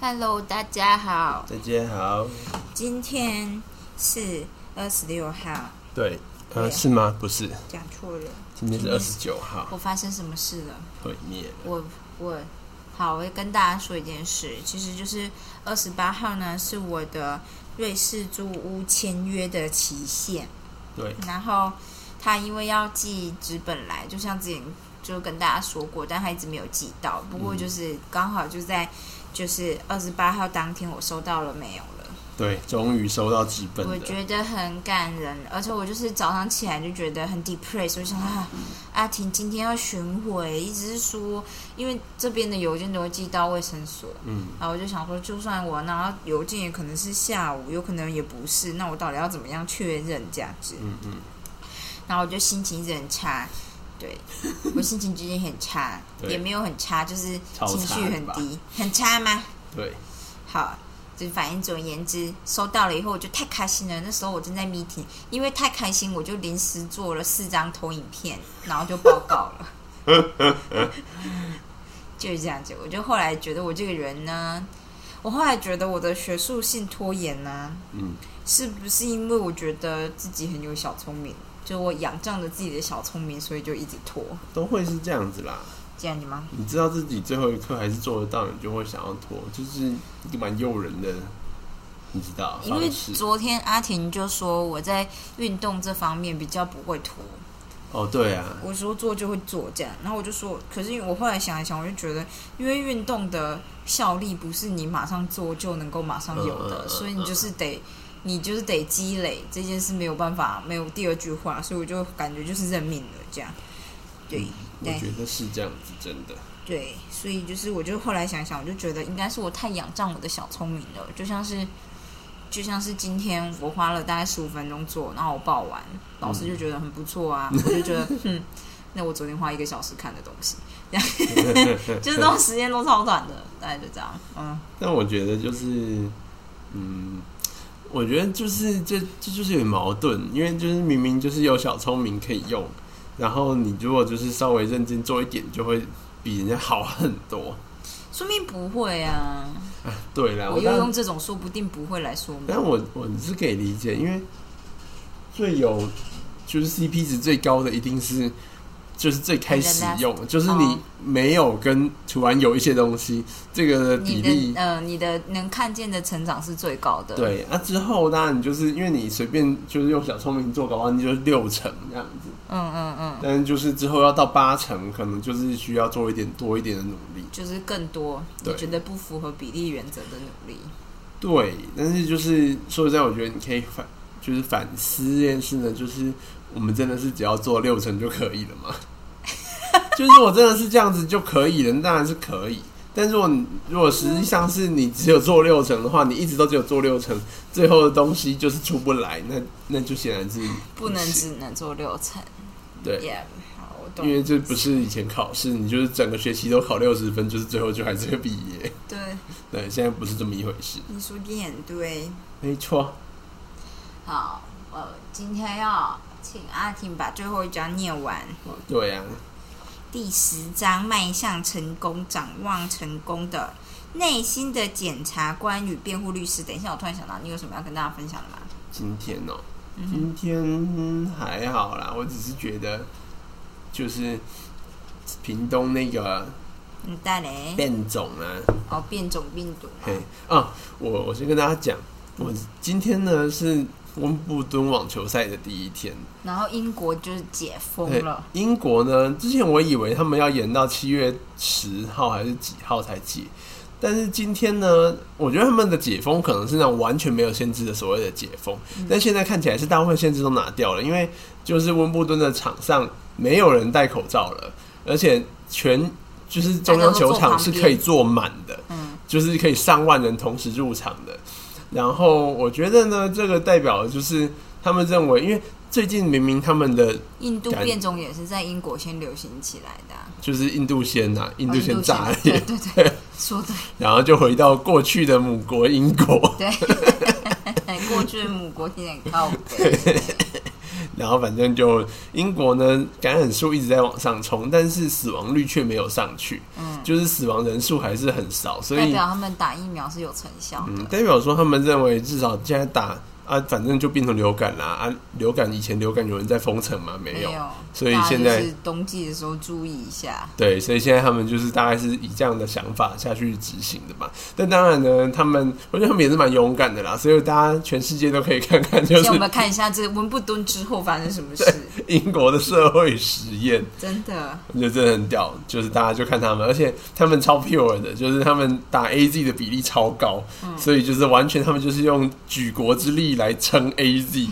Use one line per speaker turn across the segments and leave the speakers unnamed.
Hello，大家好，
大家好，
今天是二十六号，
对，
对
呃，是吗？不是，
讲错了，
今天是二十九号，
我发生什么事了？
毁灭了。
我我好，我跟大家说一件事，其实就是二十八号呢是我的瑞士租屋签约的期限，
对，
然后他因为要寄纸本来，就像之前就跟大家说过，但他一直没有寄到，不过就是刚好就在就是二十八号当天我收到了没有了。
对，终于收到几本
我
的，
觉得很感人，而且我就是早上起来就觉得很 depressed，我就想啊，阿婷今天要巡回，一直是说，因为这边的邮件都会寄到卫生所，
嗯，
然后我就想说，就算我拿到邮件，也可能是下午，有可能也不是，那我到底要怎么样确认价值？
嗯嗯，
然后我就心情一直很 差，对我心情最近很差，
对
也没有很差，就是
超
情
差
绪很
吧
低，很差吗？
对，
好，就反正总而言之，收到了以后我就太开心了。那时候我正在 meeting，因为太开心，我就临时做了四张投影片，然后就报告了。就是这样子，我就后来觉得我这个人呢，我后来觉得我的学术性拖延呢、
嗯，
是不是因为我觉得自己很有小聪明，就我仰仗着自己的小聪明，所以就一直拖，
都会是这样子啦。
这样子吗？
你知道自己最后一刻还是做得到，你就会想要拖，就是一个蛮诱人的，你知道
因
方
为
式。
昨天阿婷就说我在运动这方面比较不会拖，
哦，对啊，
我说做就会做这样，然后我就说，可是因为我后来想一想，我就觉得，因为运动的效力不是你马上做就能够马上有
嗯
的，
嗯嗯
所以你就是得，你就是得积累这件事，没有办法，没有第二句话，所以我就感觉就是认命了这样。对
我
对
觉得是这样子，真 的。
对，所以就是我就后来想一想，我就觉得应该是我太仰仗我的小聪明了，就像是。就像是今天我花了大概十五分钟做，然后我报完，老
嗯
师就觉得很不错啊，我就觉 得，嗯，那我昨天花一个小时看的东西，就是这种时间都超短的，大概就这样。嗯，
但我觉得就是，嗯，我觉得就是这这就是有点矛盾，因为就是明明就是有小聪明可以用，然后你如果就是稍微认真做一点，就会比人家好很多。
说明不会啊，
对啦，
我
哎我哎
又用
但
这种说不定不会来说明。
但我我是可以理解，因为最有就是 CP 值最高的一定是。就是最开始用，就是你
哦
没有跟突然有一些东西，这个
你
比例
的呃，你的能看见的成长是最高的。，
对，那、之后当然你就是因为你随便就是用小聪明做，搞完你就是六成这样子，
嗯嗯嗯，
但是就是之后要到八成，可能就是需要做一点多一点的努力。
就是更多你
对
觉得不符合比例原则的努力。
对，但是就是说实在，我觉得你可以反就是反思这件事呢，就是我们真的是只要做六成就可以了吗？ 就是我真的是这样子就可以了，那当然是可以。但是如果你如果实际上是你只有做六成的话，你一直都只有做六成，最后的东西就是出不来，那那就显然是
不能
行
只能做六成。
对
Yeah，好，我懂
因。为这不是以前考试，你就是整个学期都考六十分，就是最后就还是会毕业。
对，
对，现在不是这么一回事。
你说的很对。
没错，
好，呃，今天要请阿婷把最后一章念完。
对啊，
第十章迈向成功，展望成功的内心的检察官与辩护律师。等一下，我突然想到，你有什么要跟大家分享的吗？
今天哦、
嗯哼
今天还好啦，我只是觉得就是屏东那个
你带嘞？
变种啊，
嗯哦，变种病毒。
嘿啊，我我先跟大家讲，我今天呢是温布敦网球赛的第一天，
然后英国就是解封
对
了，
英国呢，之前我以为他们要延到七月十号还是几号才解，但是今天呢，我觉得他们的解封可能是那种完全没有限制的所谓的解封，
嗯
但现在看起来是大部分限制都拿掉了，因为就是温布敦的场上没有人戴口罩了，而且全就是中央球场是可以坐满的，
嗯，
就是可以上万人同时入场的。然后我觉得呢，这个代表的就是他们认为，因为最近明明他们的
印度
感
变种也是在英国先流行起来的啊、
就是印度先呐、印
哦
度先炸
先
裂，
对对对，说对
然后就回到过去的母 国英国，
对，过去的母国有点靠北，
然后反正就英国呢，感染数一直在往上冲，但是死亡率却没有上去，
嗯，
就是死亡人数还是很少，所
代
以
表他们打疫苗是有成效
嗯，
的。
代表说他们认为至少现在打啊，反正就变成流感啦啊，流感以前流感有人在封城吗？没有，
有，
所以
大家
现在
就是冬季的时候注意一下。
对，所以现在他们就是大概是以这样的想法下去执行的嘛。但当然呢，他们我觉得他们也是蛮勇敢的啦，所以大家全世界都可以看看，
现
就
在
是
我们看一下这个温布顿之后发生什 么事，
英国的社会实验，
真的
我觉得真的很屌，就是大家就看他们，而且他们超 pure 的，就是他们打 A Z 的比例超高，所以就是完全他们就是用举国之力来撑 A Z。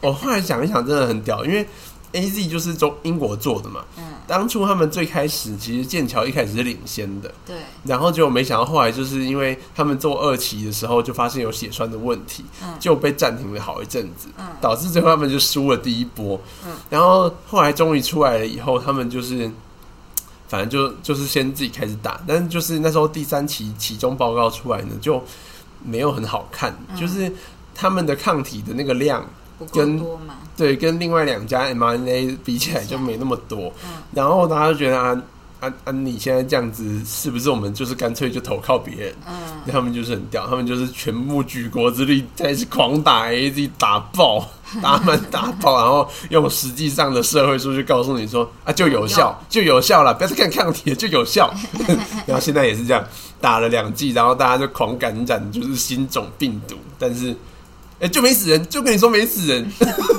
我后来想一想，真的很屌，因为 A Z 就是中英国做的嘛，
嗯
当初他们最开始其实剑桥一开始是领先的，
对，
然后结果没想到后来就是因为他们做二期的时候就发现有血栓的问题，
嗯
就被暂停了好一阵子，
嗯
导致最后他们就输了第一波。
嗯
然后后来终于出来了以后，他们就是反正就就是先自己开始打，但是就是那时候第三期期中报告出来呢，就没有很好看，
嗯
就是他们的抗体的那个量
不够
跟
多嘛，
对，跟另外两家 mRNA 比起来就没那么多。
嗯
然后大家就觉得啊啊啊，你现在这样子是不是我们就是干脆就投靠别人？
嗯，
他们就是很屌，他们就是全部举国之力在狂打 AZ，打爆， 打满打爆，然后用实际上的社会数据告诉你说啊，就有效，就有效了，不要再看抗体了，就有效。 然后现在也是这样，打了两剂，然后大家就狂感染，就是新种病毒，但是哎、就没死人，就跟你说没死人，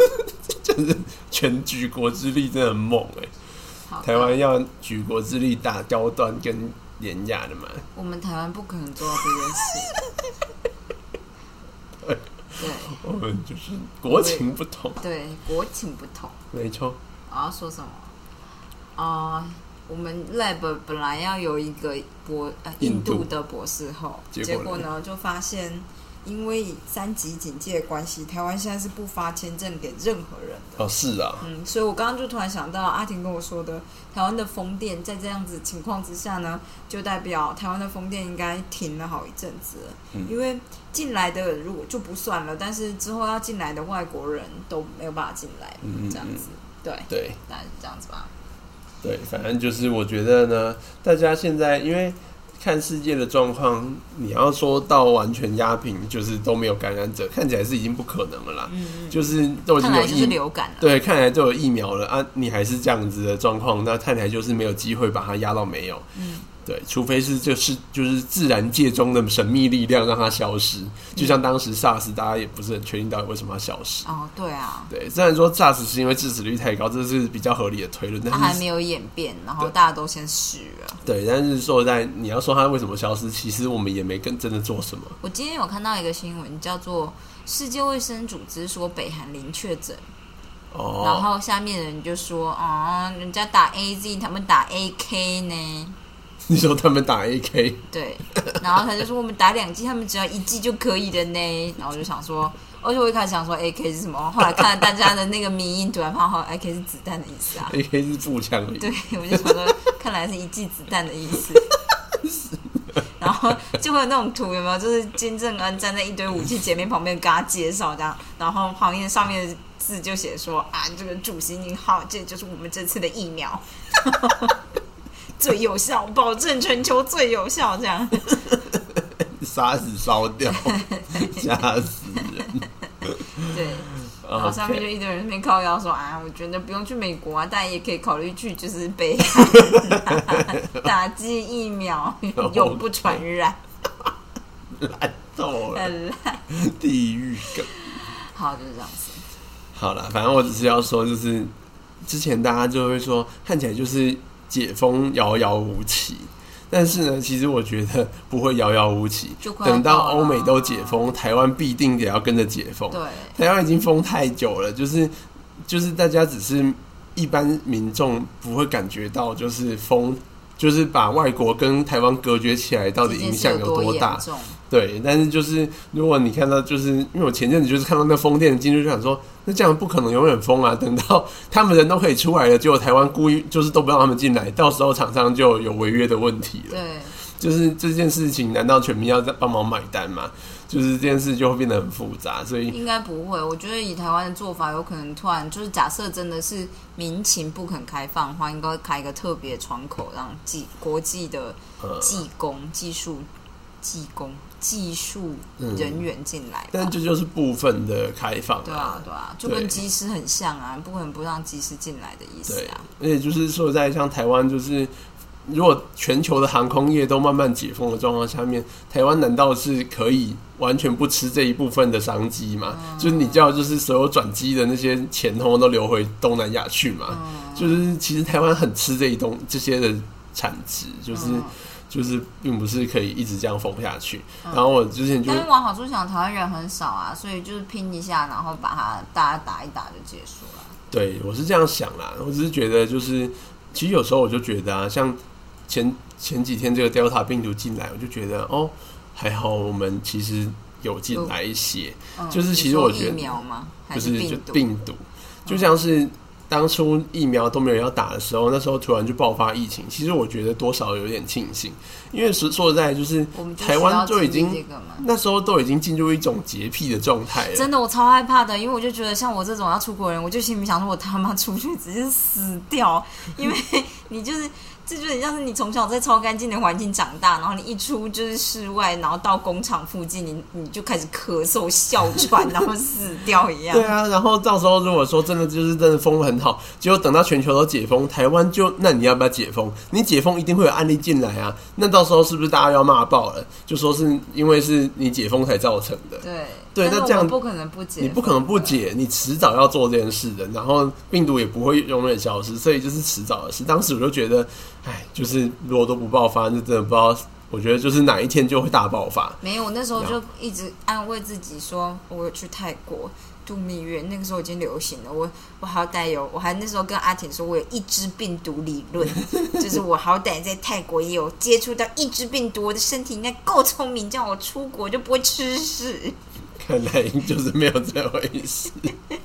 就是全举国之力真的很猛哎、
好的。
台湾要举国之力打刁端跟廉雅的嘛。
我们台湾不可能做到这 件事。对
我们就是国情不同，
对，国情不同。
没错。
我要说什么？啊、我们 lab 本来要有一个博呃
印
印
度
度的博士后，
结
结
果
果
呢
呢就发现，因为三级警戒的关系，台湾现在是不发签证给任何人的。
哦，是啊，
嗯，所以我刚刚就突然想到阿婷跟我说的，台湾的风电在这样子情况之下呢，就代表台湾的风电应该停了好一阵子了，
嗯
因为进来的如果就不算了，但是之后要进来的外国人都没有办法进来了，
嗯嗯
这样子，对，
对
大概是这样子吧，
对，反正就是我觉得呢，大家现在因为看世界的状况，你要说到完全压平，就是都没有感染者，看起来是已经不可能了啦。
嗯嗯，
就是都已
看
经有
来就是
疫，
流感了，
对，看来都有疫苗了啊，你还是这样子的状况，那看起来就是没有机会把它压到没有。
嗯，
对，除非是就是就是自然界中的神秘力量让它消失，就像当时 SARS，大家也不是很确定到底为什么要消失。
哦，对啊，
对，虽然说 SARS 是因为致死率太高，这是比较合理的推论，
它啊还
但是
没有演变，然后
对
大家都先试了。
对，但是说实在你要说它为什么消失，其实我们也没跟真的做什么。
我今天有看到一个新闻，叫做世界卫生组织说北韩零确诊。然
哦，
后下面的人就说：“哦，人家打 AZ，他们打 AK 呢。
你说他们打 AK，”
对，然后他就说：“我们打两剂，他们只要一剂就可以的呢。”然后我就想说，而且我一开始想说 AK 是什么，后来看了大家的那个迷音，突然发现 AK 是子弹的意思啊。
AK 是步枪而已。
对，我就想说，看来是一剂子弹的意思。然后就会有那种图，有没有？就是金正恩站在一堆武器前面，旁边跟他介绍这样，然后旁边上面的字就写说啊，这个主席您好，这就是我们这次的疫苗， 最有效，保证全球最有效，这样。
杀死烧 掉，吓死人。
对，然后上面就
OK，
一堆人在那边靠腰说啊，我觉得不用去美国啊，但也可以考虑去就是北 韩打击疫苗，永不传染。
烂透了，
很烂。
地狱梗。
好，就是这样子。
好了，反正我只是要说，就是之前大家就会说，看起来就是解封遥遥无期。但是呢，其实我觉得不会遥遥无期
就，快要
等到
到了
欧美都解封，台湾必定也要跟着解封。
对，
台湾已经封太久了，就是就是大家只是一般民众不会感觉到，就是封，就是把外国跟台湾隔绝起来，到底
这
影
件事
响有多大
严？重？
对，但是就是如果你看到，就是因为我前阵子就是看到那封店的进去，就想说，那这样不可能永远封啊！等到他们人都可以出来了，结果台湾故意就是都不让他们进来，到时候厂商就有违约的问题了。
对，
就是这件事情，难道全民要在帮忙买单吗？就是这件事就会变得很复杂，所以
应该不会。我觉得以台湾的做法，有可能突然就是假设真的是民情不肯开放的话，应该会开一个特别窗口，让技国际的
呃，
技工、技术、技工、技术
嗯
人员进来吧。
但这就是部分的开放
对啊，对啊，就
对
跟机师很像啊，不可能不让机师进来的意思
对
啊。，
而且就是说在像台湾，就是如果全球的航空业都慢慢解封的状况下面，台湾难道是可以完全不吃这一部分的商机吗？
嗯
就是你叫就是所有转机的那些钱，通通都流回东南亚去嘛？
嗯
就是其实台湾很吃这一东这些的产值，就是。
嗯
就是并不是可以一直这样封下去。然后我之前就
但是往好处想，台湾人很少啊，所以就是拼一下，然后把它大家打一打就结束了。
对，我是这样想啦。我只是觉得，就是其实有时候我就觉得啊，像前前几天这个 Delta 病毒进来，我就觉得哦，还好我们其实有进来一些，
嗯、
就是其实
你说
我觉
疫
得
苗吗？嗯还
不是
病
就
毒？嗯
病毒，就像是当初疫苗都没有人要打的时候，那时候突然就爆发疫情，其实我觉得多少有点庆幸，因为说说实在就是
我们就
台湾
需要
就已
经历
经
这个嘛。
那时候都已经进入一种洁癖的状态了
真。的，我超害怕的，因为我就觉得像我这种要出国的人，我就心里想说，我他妈出去只是死掉，因 为你就是，这就很像是你从小在超干净的环境长大，然后你一出就是室外，然后到工厂附近，你你就开始咳嗽、哮 喘，然后死掉一样
对。啊，然后到时候如果说真的就是真的封得很好，结果等到全球都解封，台湾就那你要不要解封？你解封一定会有案例进来啊，那到时候是不是大家又要骂爆了？就说是因为是你解封才造成的，
对
对
但是
那这样
我们不可能不解，啊
你不可能不解，你迟早要做这件事的，然后病毒也不会永远消失，所以就是迟早的事。当时我就觉得，哎，就是如果都不爆发，就真的不知道，我觉得就是哪一天就会大爆发。
没有，我那时候就一直安慰自己说，我有去泰国度蜜月，那个时候已经流行了，我我好歹有，我还那时候跟阿婷说，我有一支病毒理 论，就是我好歹在泰国也有接触到一支病毒，我的身体应该够聪明，这样我出国就不会吃 屎。
看来就是没有这回事。
对，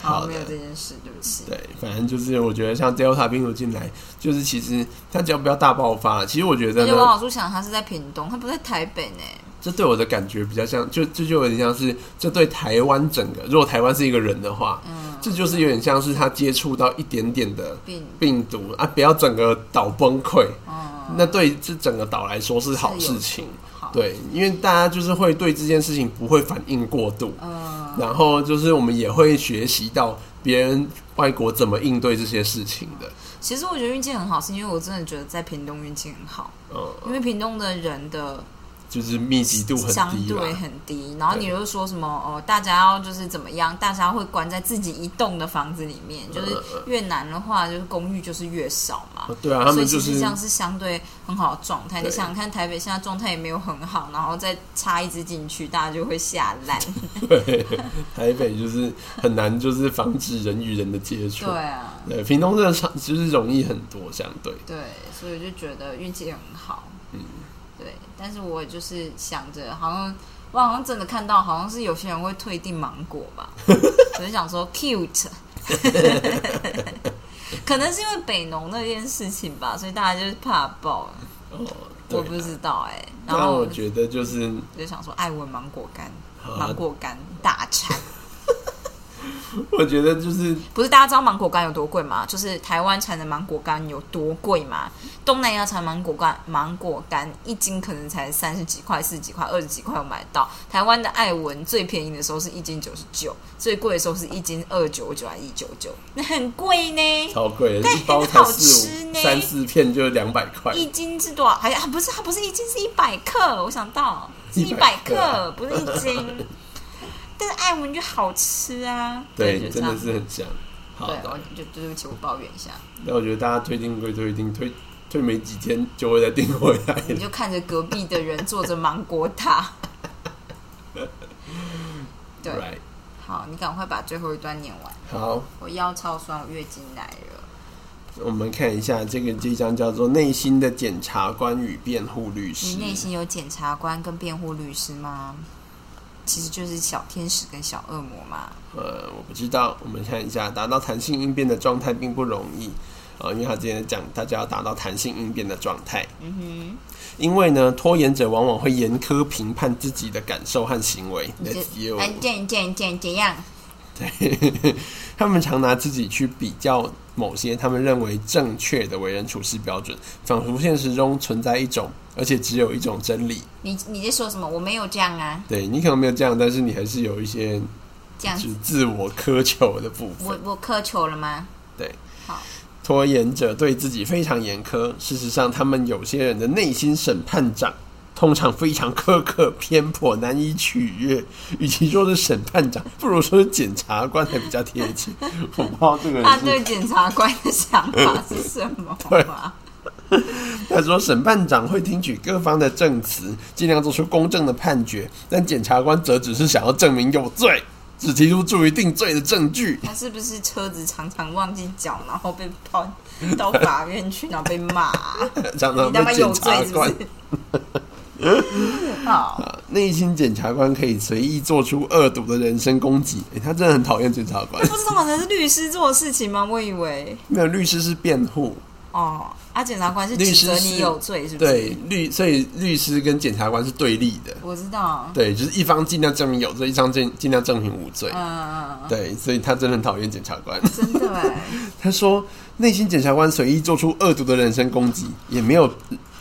好的
没有这件事，对不起。
对，反正就是我觉得像 Delta 病毒进来，就是其实它只要不要大爆发，其实我觉
而
得
且我
呢，
好处想，他是在屏东，他不在台北呢。
这对我的感觉比较像，就这就有点像是这对台湾整个，如果台湾是一个人的话，
嗯，
这就是有点像是他接触到一点点的
病
病毒啊，不要整个岛崩溃，
嗯，
那对这整个岛来说是好事情。
好，
对，因为大家就是会对这件事情不会反应过度，
嗯，
然后就是我们也会学习到别人外国怎么应对这些事情的。
其实我觉得运气很好，是因为我真的觉得在屏东运气很好，
嗯，
因为屏东的人的
就是密集度很
相
低
对
啦。
很低。然后你又说什么哦，大家要就是怎么样，大家会关在自己一栋的房子里面，
呃
就是越南的话，就是公寓就是越少嘛。
对啊，他
所
们
以其
就
实
是
这样是相对很好的状态。
对
你想想看，台北现在状态也没有很好，然后再插一支进去，大家就会下 烂。
对台北就是很难，就是防止人与人的接触
对。啊，
对，屏东这场就是容易很多，相对
对，所以我就觉得运气很好。
嗯，
对，但是我就是想着，好像我好像真的看到，好像是有些人会退订芒果 吧，我就想说 cute，可能是因为北农那件事情吧，所以大家就是怕爆，
哦，对
我。不知道哎、然
但
后
我
我
觉得就是
就想说，爱文芒果干，
啊
芒，果干大产。
我觉得就是
不是大家知道芒果干有多贵吗？就是台湾产的芒果干有多贵吗？东南亚产芒果干，芒果干一斤可能才三十几块、四十几块、二十几块我买得到。台湾的艾文最便宜的时候是一斤九十九，最贵的时候是一斤二九九还一九九，那很贵呢。
超贵的，
但
一包才
很好
四
吃
五
呢
三四片就两百块，
一斤是多少？还啊不是，它不是一斤，是一百克。我想到是一
100
百
克啊
克，不是一斤。但是艾文就好吃啊，
对，
就
真
这
的
样
是很香。好
对，我
的，
就对不起，我抱怨一下。
那我觉得大家推定归推定，推推没几天就会再订回来
你嗯
了。
就看着隔壁的人做着芒果 塔。对
Right，
好，你赶快把最后一段念完。
好，
我腰超酸，我月经来了。
我们看一下这个这一章叫做《内心的检察官与辩护律
你
师》。
内心有检察官跟辩护律师吗？其实就是小天使跟小恶魔嘛。
呃，我不知道，我们看一下，达到弹性应变的状态并不容易。啊、因为他今天讲大家要达到弹性应变的状态。
嗯
因为呢，拖延者往往会严苛评判自己的感受和行为。
哼，
That's
这
you
哎，怎怎怎怎样？
对， 他们常拿自己去比较某些他们认为正确的为人处事标准，仿佛现实中存在一种，而且只有一种真理。
你你在说什么？我没有这样啊，
对你可能没有这样，但是你还是有一些
这样子，
就是自我苛求的部
我
分。
我苛求了吗？
拖延者对自己非常严苛，事实上，他们有些人的内心审判长通常非常苛刻、偏颇，难以取悦。 与其说是审判长，不如说是检察官还比较贴切。 我不知道这个人
他啊
是
对检察官的想法是什么啊？
他说，审判长会听取各方的证词，尽量做出公正的判决，但检察官则只是想要证明有罪，只提出助于定罪的证据。
他是不是车子常常忘记缴，然后被跑到法院去，然后被 骂啊、
常常
你他妈
被
有
检察
罪是不
官
是？好，
啊，内心检察官可以随意做出恶毒的人身攻击。诶、他真的很讨厌检察 官。
不是通常都是律师做的事情吗？我以为
没有律师是辩护，
哦，啊，检察官是
律
指
师
责
是
你有罪，是不是？
对律，所以律师跟检察官是对立的。
我知道，
对，就是一方尽量证明有罪，一方尽尽量证明无罪。
嗯，
对，所以他真的很讨厌检察官。
真的哎，
他说，内心检察官随意做出恶毒的人身攻击，也没有，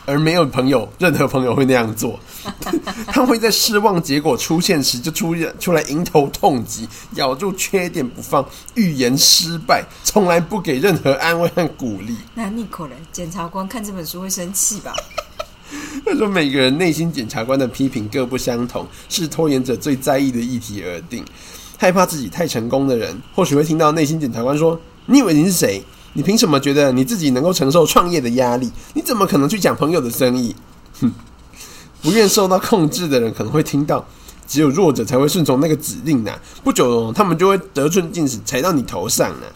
而没有朋友，任何朋友会那样做。 他会在失望结果出现时就出现出来迎头痛击，咬住缺点不放，预言失败，从来不给任何安慰和鼓励。
那 n i c o 嘞，检察官看这本书会生气吧？
他说，每个人内心检察官的批评各不相同，是拖延者最在意的议题而定。害怕自己太成功的人，或许会听到内心检察官说：“你以为你是谁？你凭什么觉得你自己能够承受创业的压力？你怎么可能去讲朋友的生意？”哼，不愿受到控制的人可能会听到。只有弱者才会顺从那个指令呐、啊不久、他们就会得寸进尺，踩到你头上呢、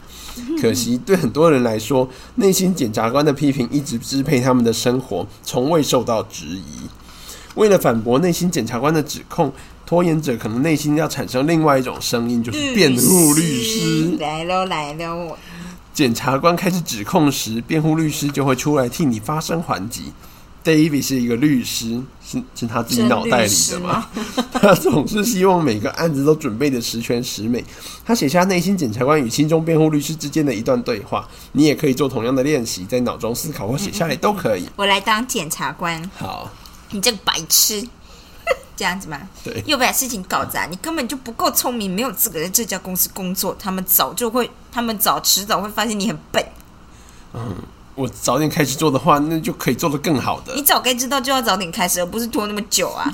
可惜，对很多人来说，内心检察官的批评一直支配他们的生活，从未受到质疑。为了反驳内心检察官的指控，拖延者可能内心要产生另外一种声音，
嗯
就是辩护律师。
来喽来喽，我
检察官开始指控时，辩护律师就会出来替你发声还击。David 是一个律师，是是他自己
真
脑袋
律
里
师
的
吗
吗？？ 他总是希望每个案子都准备的十全十美。他写下内心检察官与心中辩护律师之间的一段对话，你也可以做同样的练习，在脑中思考或写下来都可 以。
我来当检察官，
好，
你这个白痴，这样子吗？
对
又把事情搞砸，你根本就不够聪明，没有资格在这家公司工作。他们早就会，他们早迟早会发现你很笨。
我早点开始做的话，那就可以做得更好
你
的。
早该知道就要早点开始，而不是拖那么久 啊！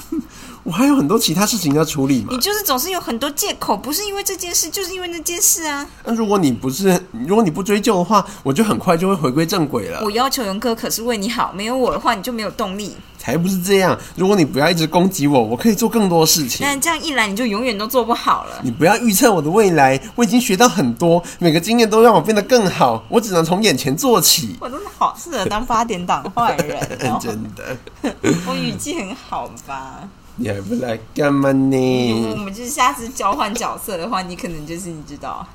我还有很多其他事情要处理嘛
你。就是总是有很多借口，不是因为这件事，就是因为那件事啊！
那如果你不是，如果你不追究的话，我就很快就会回归正轨了
我。要求荣哥可是为你好，没有我的话你就没有动力。
才不是这样！如果你不要一直攻击我，我可以做更多事情。
那这样一来你就永远都做不好 了。
你不要预测我的未来，我已经学到很多，每个经验都让我变得更好，我只能从眼前做起。，
我真的好适合当八点档坏人、哦
真的，
我语气很好吧？
你还不来干嘛
如果我
呢？
们就是下次交换角色的话，你可能就是你知道，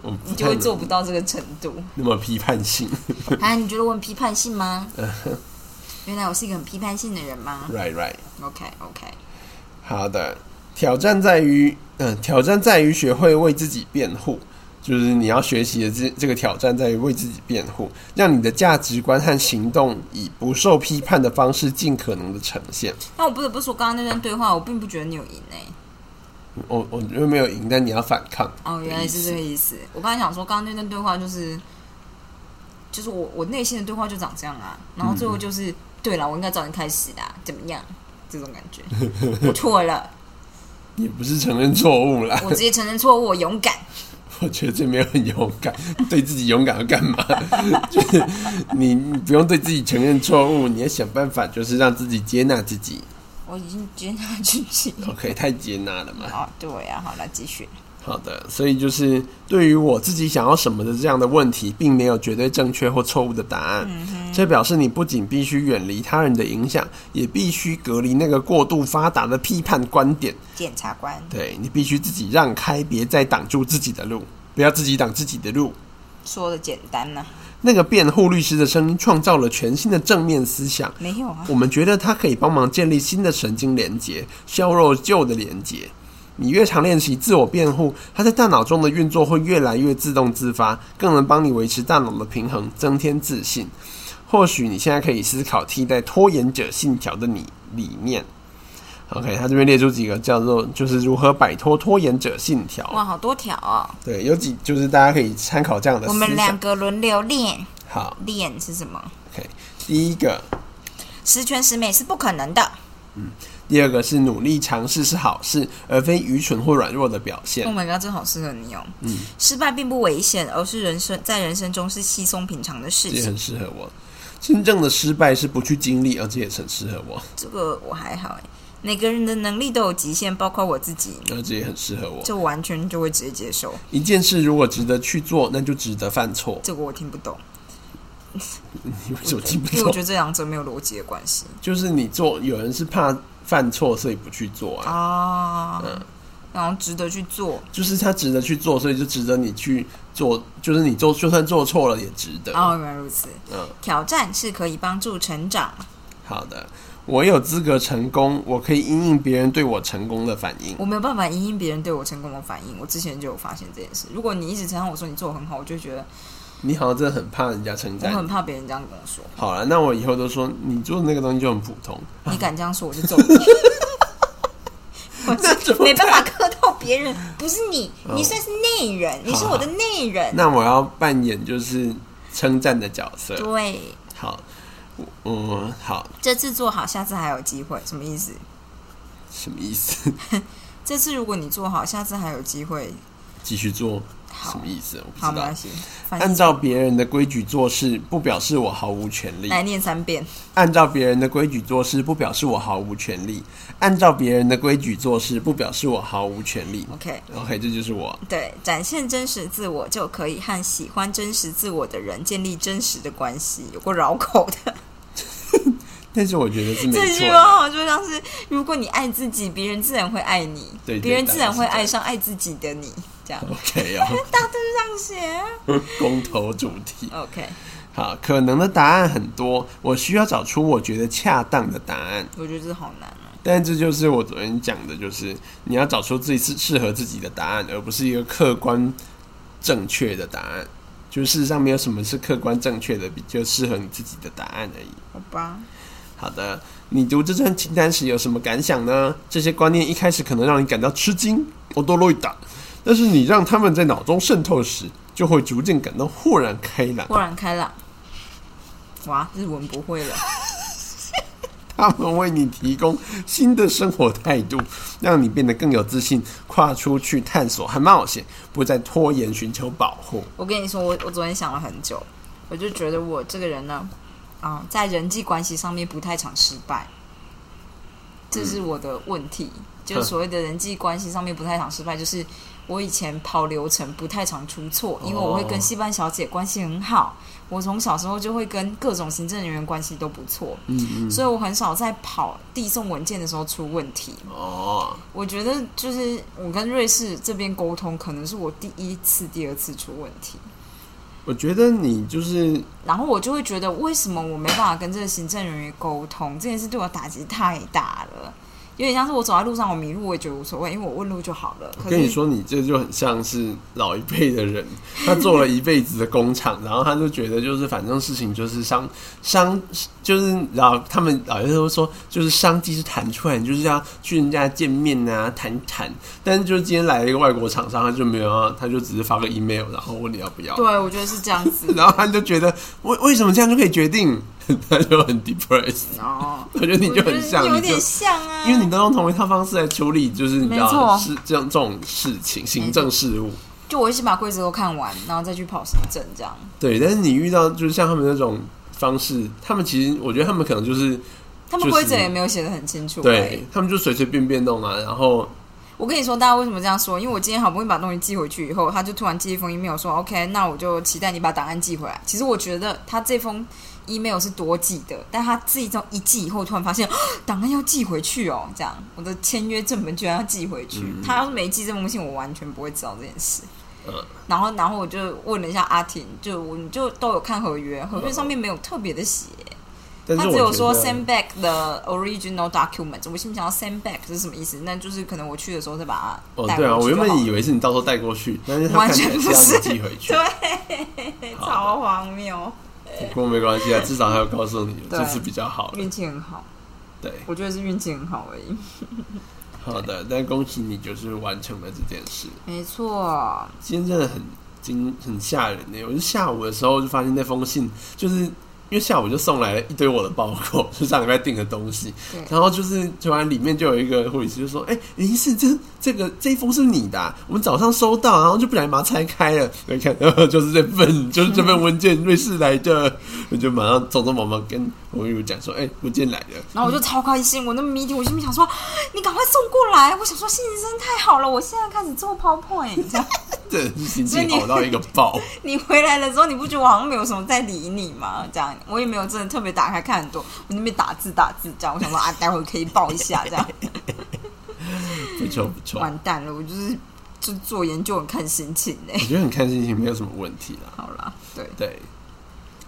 我
嗯你
不
就
太
会做不到这个程度。
那么批判性
啊，你觉得我很批判性吗？原来我是一个很批判性的人吗
，right right。
？OK OK，
好的，挑战在于，嗯、挑战在于学会为自己辩护，就是你要学习的这这个挑战在于为自己辩护，让你的价值观和行动以不受批判的方式尽可能的呈现。
但我不得不说，刚刚那段对话我并不觉得你有赢哎、
我我觉得没有赢，但你要反抗。
哦，原来是这个意思。我刚才想说，刚刚那段对话就是，就是我我内心的对话就长这样啊。然后最后就是，对了，我应该早点开始啦，怎么样？这种感觉，我错了，
也不是承认错误啦，
我直接承认错误，我勇敢。
我觉得这没有很勇敢，对自己勇敢要干嘛？ 就是你你不用对自己承认错误，你要想办法，就是让自己接纳自己。
我已经接纳自己。
OK，太接纳了嘛。
哦，对呀、好了，继续。
好的，所以就是对于我自己想要什么的这样的问题，并没有绝对正确或错误的答案。这表示你不仅必须远离他人的影响，也必须隔离那个过度发达的批判观点。
检察官
对你必须自己让开，别再挡住自己的路，不要自己挡自己的路。
说的简单呢、啊
那个辩护律师的声音创造了全新的正面思想。
没有啊
我，们觉得它可以帮忙建立新的神经连接，削弱旧的连接。你越常练习自我辩护，它在大脑中的运作会越来越自动自发，更能帮你维持大脑的平衡，增添自信。或许你现在可以思考替代拖延者信条的你理念。OK，他这边列出几个叫做就是如何摆脱拖延者信条。
哇，好多条哦。
对，有几就是大家可以参考这样的
我
思
们两
想。
个轮流练，
好
练是什么？
，OK，第一个，
十全十美是不可能的。
第二个是努力尝试是好事，而非愚蠢或软弱的表现
Oh。my Oh god，这好适合你哦。嗯，失败并不危险，而是人生在人生中是稀松平常的事
也
情。
很适合我。真正的失败是不去经历，而且也很适合我，
这个我还好哎。每个人的能力都有极限，包括我自己，
而且也很适合我。
这完全就会直接接受。
一件事如果值得去做，那就值得犯错。
这个我听不懂，
你为什么听不
因为我觉
懂？
得这两者没有逻辑的关系
就是你做，有人是怕犯错，所以不去做啊。
啊。然后值得去做
就是他值得去做，所以就值得你去做。就是你做，就算做错了也值得。
哦，原来如此。
嗯，
挑战是可以帮助成长。
好的，我有资格成功，我可以因应别人对我成功的反应。
我没有办法因应别人对我成功的反应。我之前就有发现这件事。如果你一直称赞我说你做的很好，我就觉得
你好像真的很怕人家称
我
赞
很
你。
怕别人这样跟我 说。
好了，那我以后都说你做的那个东西就很普通。
你敢这样说，我就揍 你。我
那怎
是
么
没办法克到别人，不是你，
哦
你算是内人，你是我的内人。
那我要扮演就是称赞的角色。
对，
好，嗯，好，
这次做好，下次还有机会，什么意思？
什么意思？
这次如果你做好，下次还有机会，
继续做？
好
什么意思？我不
好，
知
没
道
关。系。反
按
正
照别人的规矩做事，不表示我毫无权利；
来念三遍，
按照别人的规矩做事，不表示我毫无权利；按照别人的规矩做事，不表示我毫无权利。
OK。
OK，这就是我。
对，展现真实自我就可以和喜欢真实自我的人建立真实的关系。有过绕口的
但是我觉得是没
这
错
句
的。
话，就像是如果你爱自己，别人自然会爱你，
对对
别人
大
自
概
然
是
会
这样
爱上爱自己的你。这样
OK 哦，
大家都是这样写啊。
公投主题。
OK，
好，可能的答案很多，我需要找出我觉得恰当的答案。
我觉得这好难啊。
但这就是我昨天讲的，就是你要找出自己是适合自己的答案，而不是一个客观正确的答案。就是事实上没有什么是客观正确的，比就适合你自己的答案而已。
好吧，
好的，你读这张清单时有什么感想呢？这些观念一开始可能让你感到吃惊，我多累打，但是你让他们在脑中渗透时，就会逐渐感到豁然开朗。
豁然开朗。哇，日文不会了。
他们为你提供新的生活态度，让你变得更有自信，跨出去探索和冒险，不再拖延寻求保护。
我跟你说，我我昨天想了很久，我就觉得我这个人呢，啊、在人际关系上面不太常失败，这是我的问题。
嗯
就是所谓的人际关系上面不太常失败，就是我以前跑流程不太常出
哦
错，因为我会跟戏班小姐关系很好，我从小时候就会跟各种行政人员关系都不错，
嗯嗯，
所以我很少在跑递送文件的时候出问题。
哦，
我觉得就是我跟瑞士这边沟通，可能是我第一次、第二次出问题。
我觉得你就是
然后我就会觉得，为什么我没办法跟这个行政人员沟通？这件事对我打击太大了，有点像是我走在路上我迷路，我也觉得无所谓，因为我问路就好了。可
跟你
是
说，你这就很像是老一辈的人，他做了一辈子的工厂，然后他就觉得就是反正事情就是商商就是然后他们老人都说就是商机是谈出来，你就是要去人家见面啊谈一谈。但是就是今天来了一个外国厂商，他就没有要，他就只是发个 email，然后问你要不要，。
对，我觉得是这样子
然后他就觉得为为什么这样就可以决定， 他就很 depressed。
哦，
我觉得你就很像，
有
你就
点像啊，
因为你都用同一套方式来处理，就是你知道
没错
是这样这种事情，行政事务。
就我一起把规则都看完，然后再去跑行政这样。
对，但是你遇到就是像他们那种方式，他们其实我觉得他们可能就是
他
就
们
是
规则也没有写的很清楚、
对，他们就随随便便弄啊，然后
我跟你说，大家为什么这样说？因为我今天好不容易把东西寄回去以后，他就突然寄一封 email 说：“OK，那我就期待你把档案寄回来。”其实我觉得他这封 email 是多寄的，但他自己这样一寄以后，突然发现 啊档案要寄回去哦，嗯这样我的签约正本居然要寄回去。他要是没寄这封信，我完全不会知道这件事。
嗯
然后然后我就问了一下阿婷，就我们就都有看合约，合约上面没有特别的写，
但
他
是
只
我
有说
觉得
send back the original document，我心里想要 send back 是什么意思？那就是可能我去的时候再把它
哦，
带
对啊，我
回去就
原
好了。
本以为是你到时候带过去，但是他
完
看起
全
来是
不
要
是
你寄回去。
对，
好的
哎超荒谬，
不过没关系啊，至少他有告诉你，
对
这次比较好了
运。气很好，
对，
我觉得是运气很好而已。
好的，但恭喜你，就是完成了这件事。
没错，
今天真的很惊，很吓人呢、我是下午的时候就发现那封信，就是因为下午就送来了一堆我的包裹，是上礼拜订的东西
对。
然后就是突然里面就有一个护理师就说：“哎、林医师，这这个这一封是你的啊、我们早上收到，然后就不小心把它拆开了。你看，然后就是这份，就是这份文件，瑞士来的。”我就马上匆匆忙忙跟我友讲说：“哎、文件来了。”
然后我就超开心，我那谜底，我心里想说，你赶快送过来。我想说，心情真的太好了，我现在开始做 PowerPoint。这样
这心
所以
情
你
好到一个爆。
你回来了之后，你不觉得我好像没有什么在理你吗？这样，我也没有真的特别打开看很多，我那边打字打字这样。我想说啊，待会可以报一下这样。
不错不错，
完蛋了，我就是就做研究很看心情哎、
我觉得很看心情没有什么问题啦。
好啦，对
对，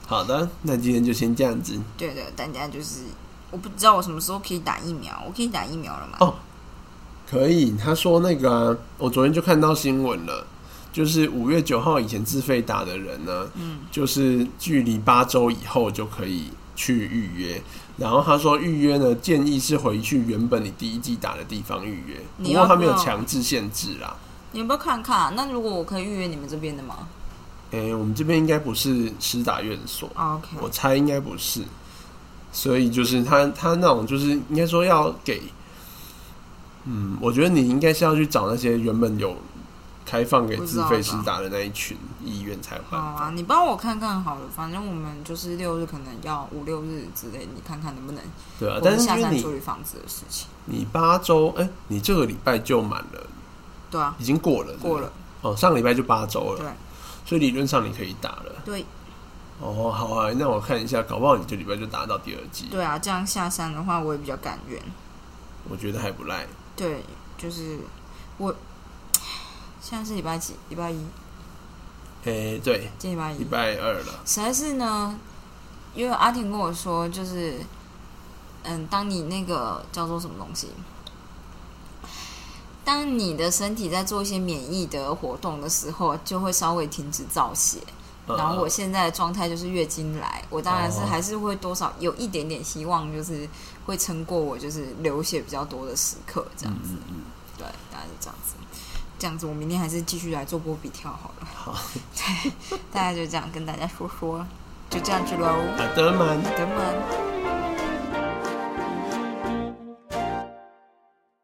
好的，那今天就先这样子
对对，大家就是我不知道我什么时候可以打疫苗，我可以打疫苗了吗？
哦可以。他说那个啊、我昨天就看到新闻了，就是五月九号以前自费打的人呢，
嗯，
就是距离八周以后就可以去预约。然后他说预约呢，建议是回去原本你第一季打的地方预约，
你
不
要
过他没有
不要
强制限制啦。
你要不要看看、那如果我可以预约你们这边的吗
诶、我们这边应该不是施打院所，
？OK，
我猜应该不是，所以就是他他那种就是应该说要给，嗯，我觉得你应该是要去找那些原本有开放给自费施打的那一群医院才有
好
办
啊，
法。
你帮我看看好了，反正我们就是六日可能要五六日之类，你看看能不能
对啊
哦我，
但
们
是
下
因
山
为
处
你
理房子的事情。
你八周，哎、你这个礼拜就满了，
对啊，
已经过了，是不是
过了，
哦，上礼拜就八周
对
了，所以理论上你可以打了。
对
哦，好啊，那我看一下，搞不好你这礼拜就打到第二季，
对啊，这样下山的话我也比较甘愿。
我觉得还不赖。
对，就是我现在是礼拜几？礼拜一，
哎、对，
今天礼拜一
礼。拜二了，
实在是呢，因为阿婷跟我说，就是，嗯，当你那个叫做什么东西，当你的身体在做一些免疫的活动的时候，就会稍微停止造血。
嗯
然后我现在的状态就是月经来，我当然是
哦
还是会多少有一点点希望，就是会撑过我就是流血比较多的时刻这样
嗯
子。对，大概是这样子。这样子，我明天还是继续来做波比跳好了。
好，
对，大概就这样跟大家说说，就这样子喽。
打得满。
等们，